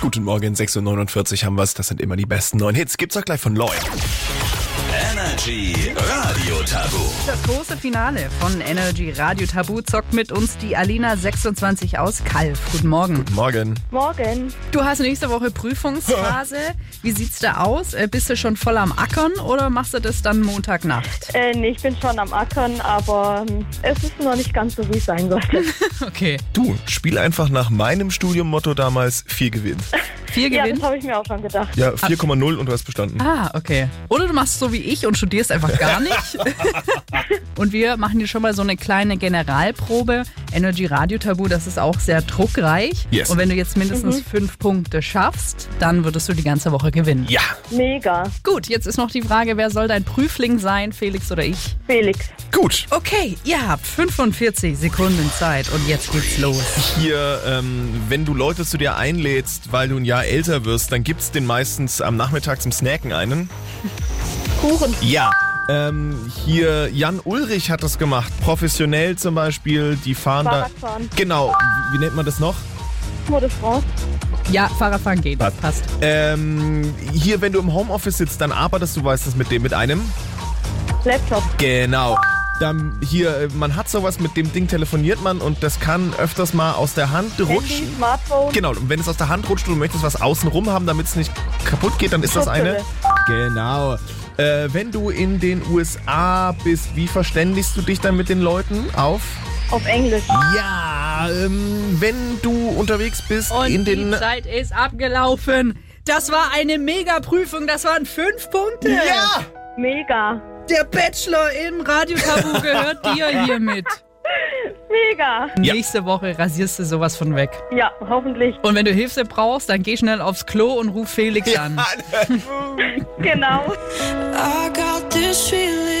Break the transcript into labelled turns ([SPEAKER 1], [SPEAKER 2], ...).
[SPEAKER 1] Guten Morgen, 6.49 Uhr haben wir's. Das sind immer die besten neuen Hits. Gibt's auch gleich von Lloyd.
[SPEAKER 2] Energy Radio Tabu.
[SPEAKER 3] Das große Finale von Energy Radio Tabu zockt mit uns die Alina 26 aus Kalf. Guten Morgen.
[SPEAKER 1] Morgen.
[SPEAKER 4] Morgen.
[SPEAKER 3] Du hast nächste Woche Prüfungsphase. Wie sieht's da aus? Äh, Bist du schon voll am Ackern oder machst du das dann Montagnacht?
[SPEAKER 4] Äh, nee, ich bin schon am Ackern, aber ähm, es ist noch nicht ganz so, wie es sein sollte.
[SPEAKER 3] Okay.
[SPEAKER 1] Du, spiel einfach nach meinem Studiummotto damals viel Gewinn.
[SPEAKER 3] Vier
[SPEAKER 4] ja,
[SPEAKER 3] Gewinn.
[SPEAKER 4] das habe ich mir auch schon gedacht.
[SPEAKER 1] Ja, 4,0 und du hast bestanden.
[SPEAKER 3] Ah, okay. Oder du machst so wie ich und studierst einfach gar nicht. und wir machen dir schon mal so eine kleine Generalprobe. Energy Radio Tabu, das ist auch sehr druckreich.
[SPEAKER 1] Yes.
[SPEAKER 3] Und wenn du jetzt mindestens fünf Punkte schaffst, dann würdest du die ganze Woche gewinnen.
[SPEAKER 1] Ja.
[SPEAKER 4] Mega.
[SPEAKER 3] Gut, jetzt ist noch die Frage, wer soll dein Prüfling sein, Felix oder ich?
[SPEAKER 4] Felix.
[SPEAKER 1] Gut.
[SPEAKER 3] Okay, ihr habt 45 Sekunden Zeit und jetzt geht's los.
[SPEAKER 1] Hier, ähm, wenn du Leute zu dir einlädst, weil du ein Jahr älter wirst, dann gibt's den meistens am Nachmittag zum Snacken einen.
[SPEAKER 4] Kuchen.
[SPEAKER 1] Ja. Ähm, hier, Jan Ulrich hat das gemacht. Professionell zum Beispiel. Die fahren
[SPEAKER 4] Fahrradfahren.
[SPEAKER 1] da. Genau. Wie, wie nennt man das noch?
[SPEAKER 4] Tour de France.
[SPEAKER 3] Ja, Fahrradfahren geht.
[SPEAKER 1] Was?
[SPEAKER 3] Passt.
[SPEAKER 1] Ähm, hier, wenn du im Homeoffice sitzt, dann arbeitest du, weißt das mit dem, mit einem.
[SPEAKER 4] Laptop.
[SPEAKER 1] Genau. Dann hier, äh, man hat sowas, mit dem Ding telefoniert man und das kann öfters mal aus der Hand
[SPEAKER 4] Handy,
[SPEAKER 1] rutschen.
[SPEAKER 4] Smartphone.
[SPEAKER 1] Genau, und wenn es aus der Hand rutscht und du möchtest was außen rum haben, damit es nicht kaputt geht, dann ist das eine. Genau. Äh, wenn du in den USA bist, wie verständigst du dich dann mit den Leuten auf?
[SPEAKER 4] Auf Englisch.
[SPEAKER 1] Ja, ähm, wenn du unterwegs bist
[SPEAKER 3] Und
[SPEAKER 1] in den...
[SPEAKER 3] die Zeit ist abgelaufen. Das war eine Mega-Prüfung. Das waren fünf Punkte.
[SPEAKER 1] ja!
[SPEAKER 4] Mega.
[SPEAKER 3] Der Bachelor im Radiotabu gehört dir hiermit.
[SPEAKER 4] Mega.
[SPEAKER 1] Ja.
[SPEAKER 3] Nächste Woche rasierst du sowas von weg.
[SPEAKER 4] Ja, hoffentlich.
[SPEAKER 3] Und wenn du Hilfe brauchst, dann geh schnell aufs Klo und ruf Felix an.
[SPEAKER 4] Genau.
[SPEAKER 5] I got this feeling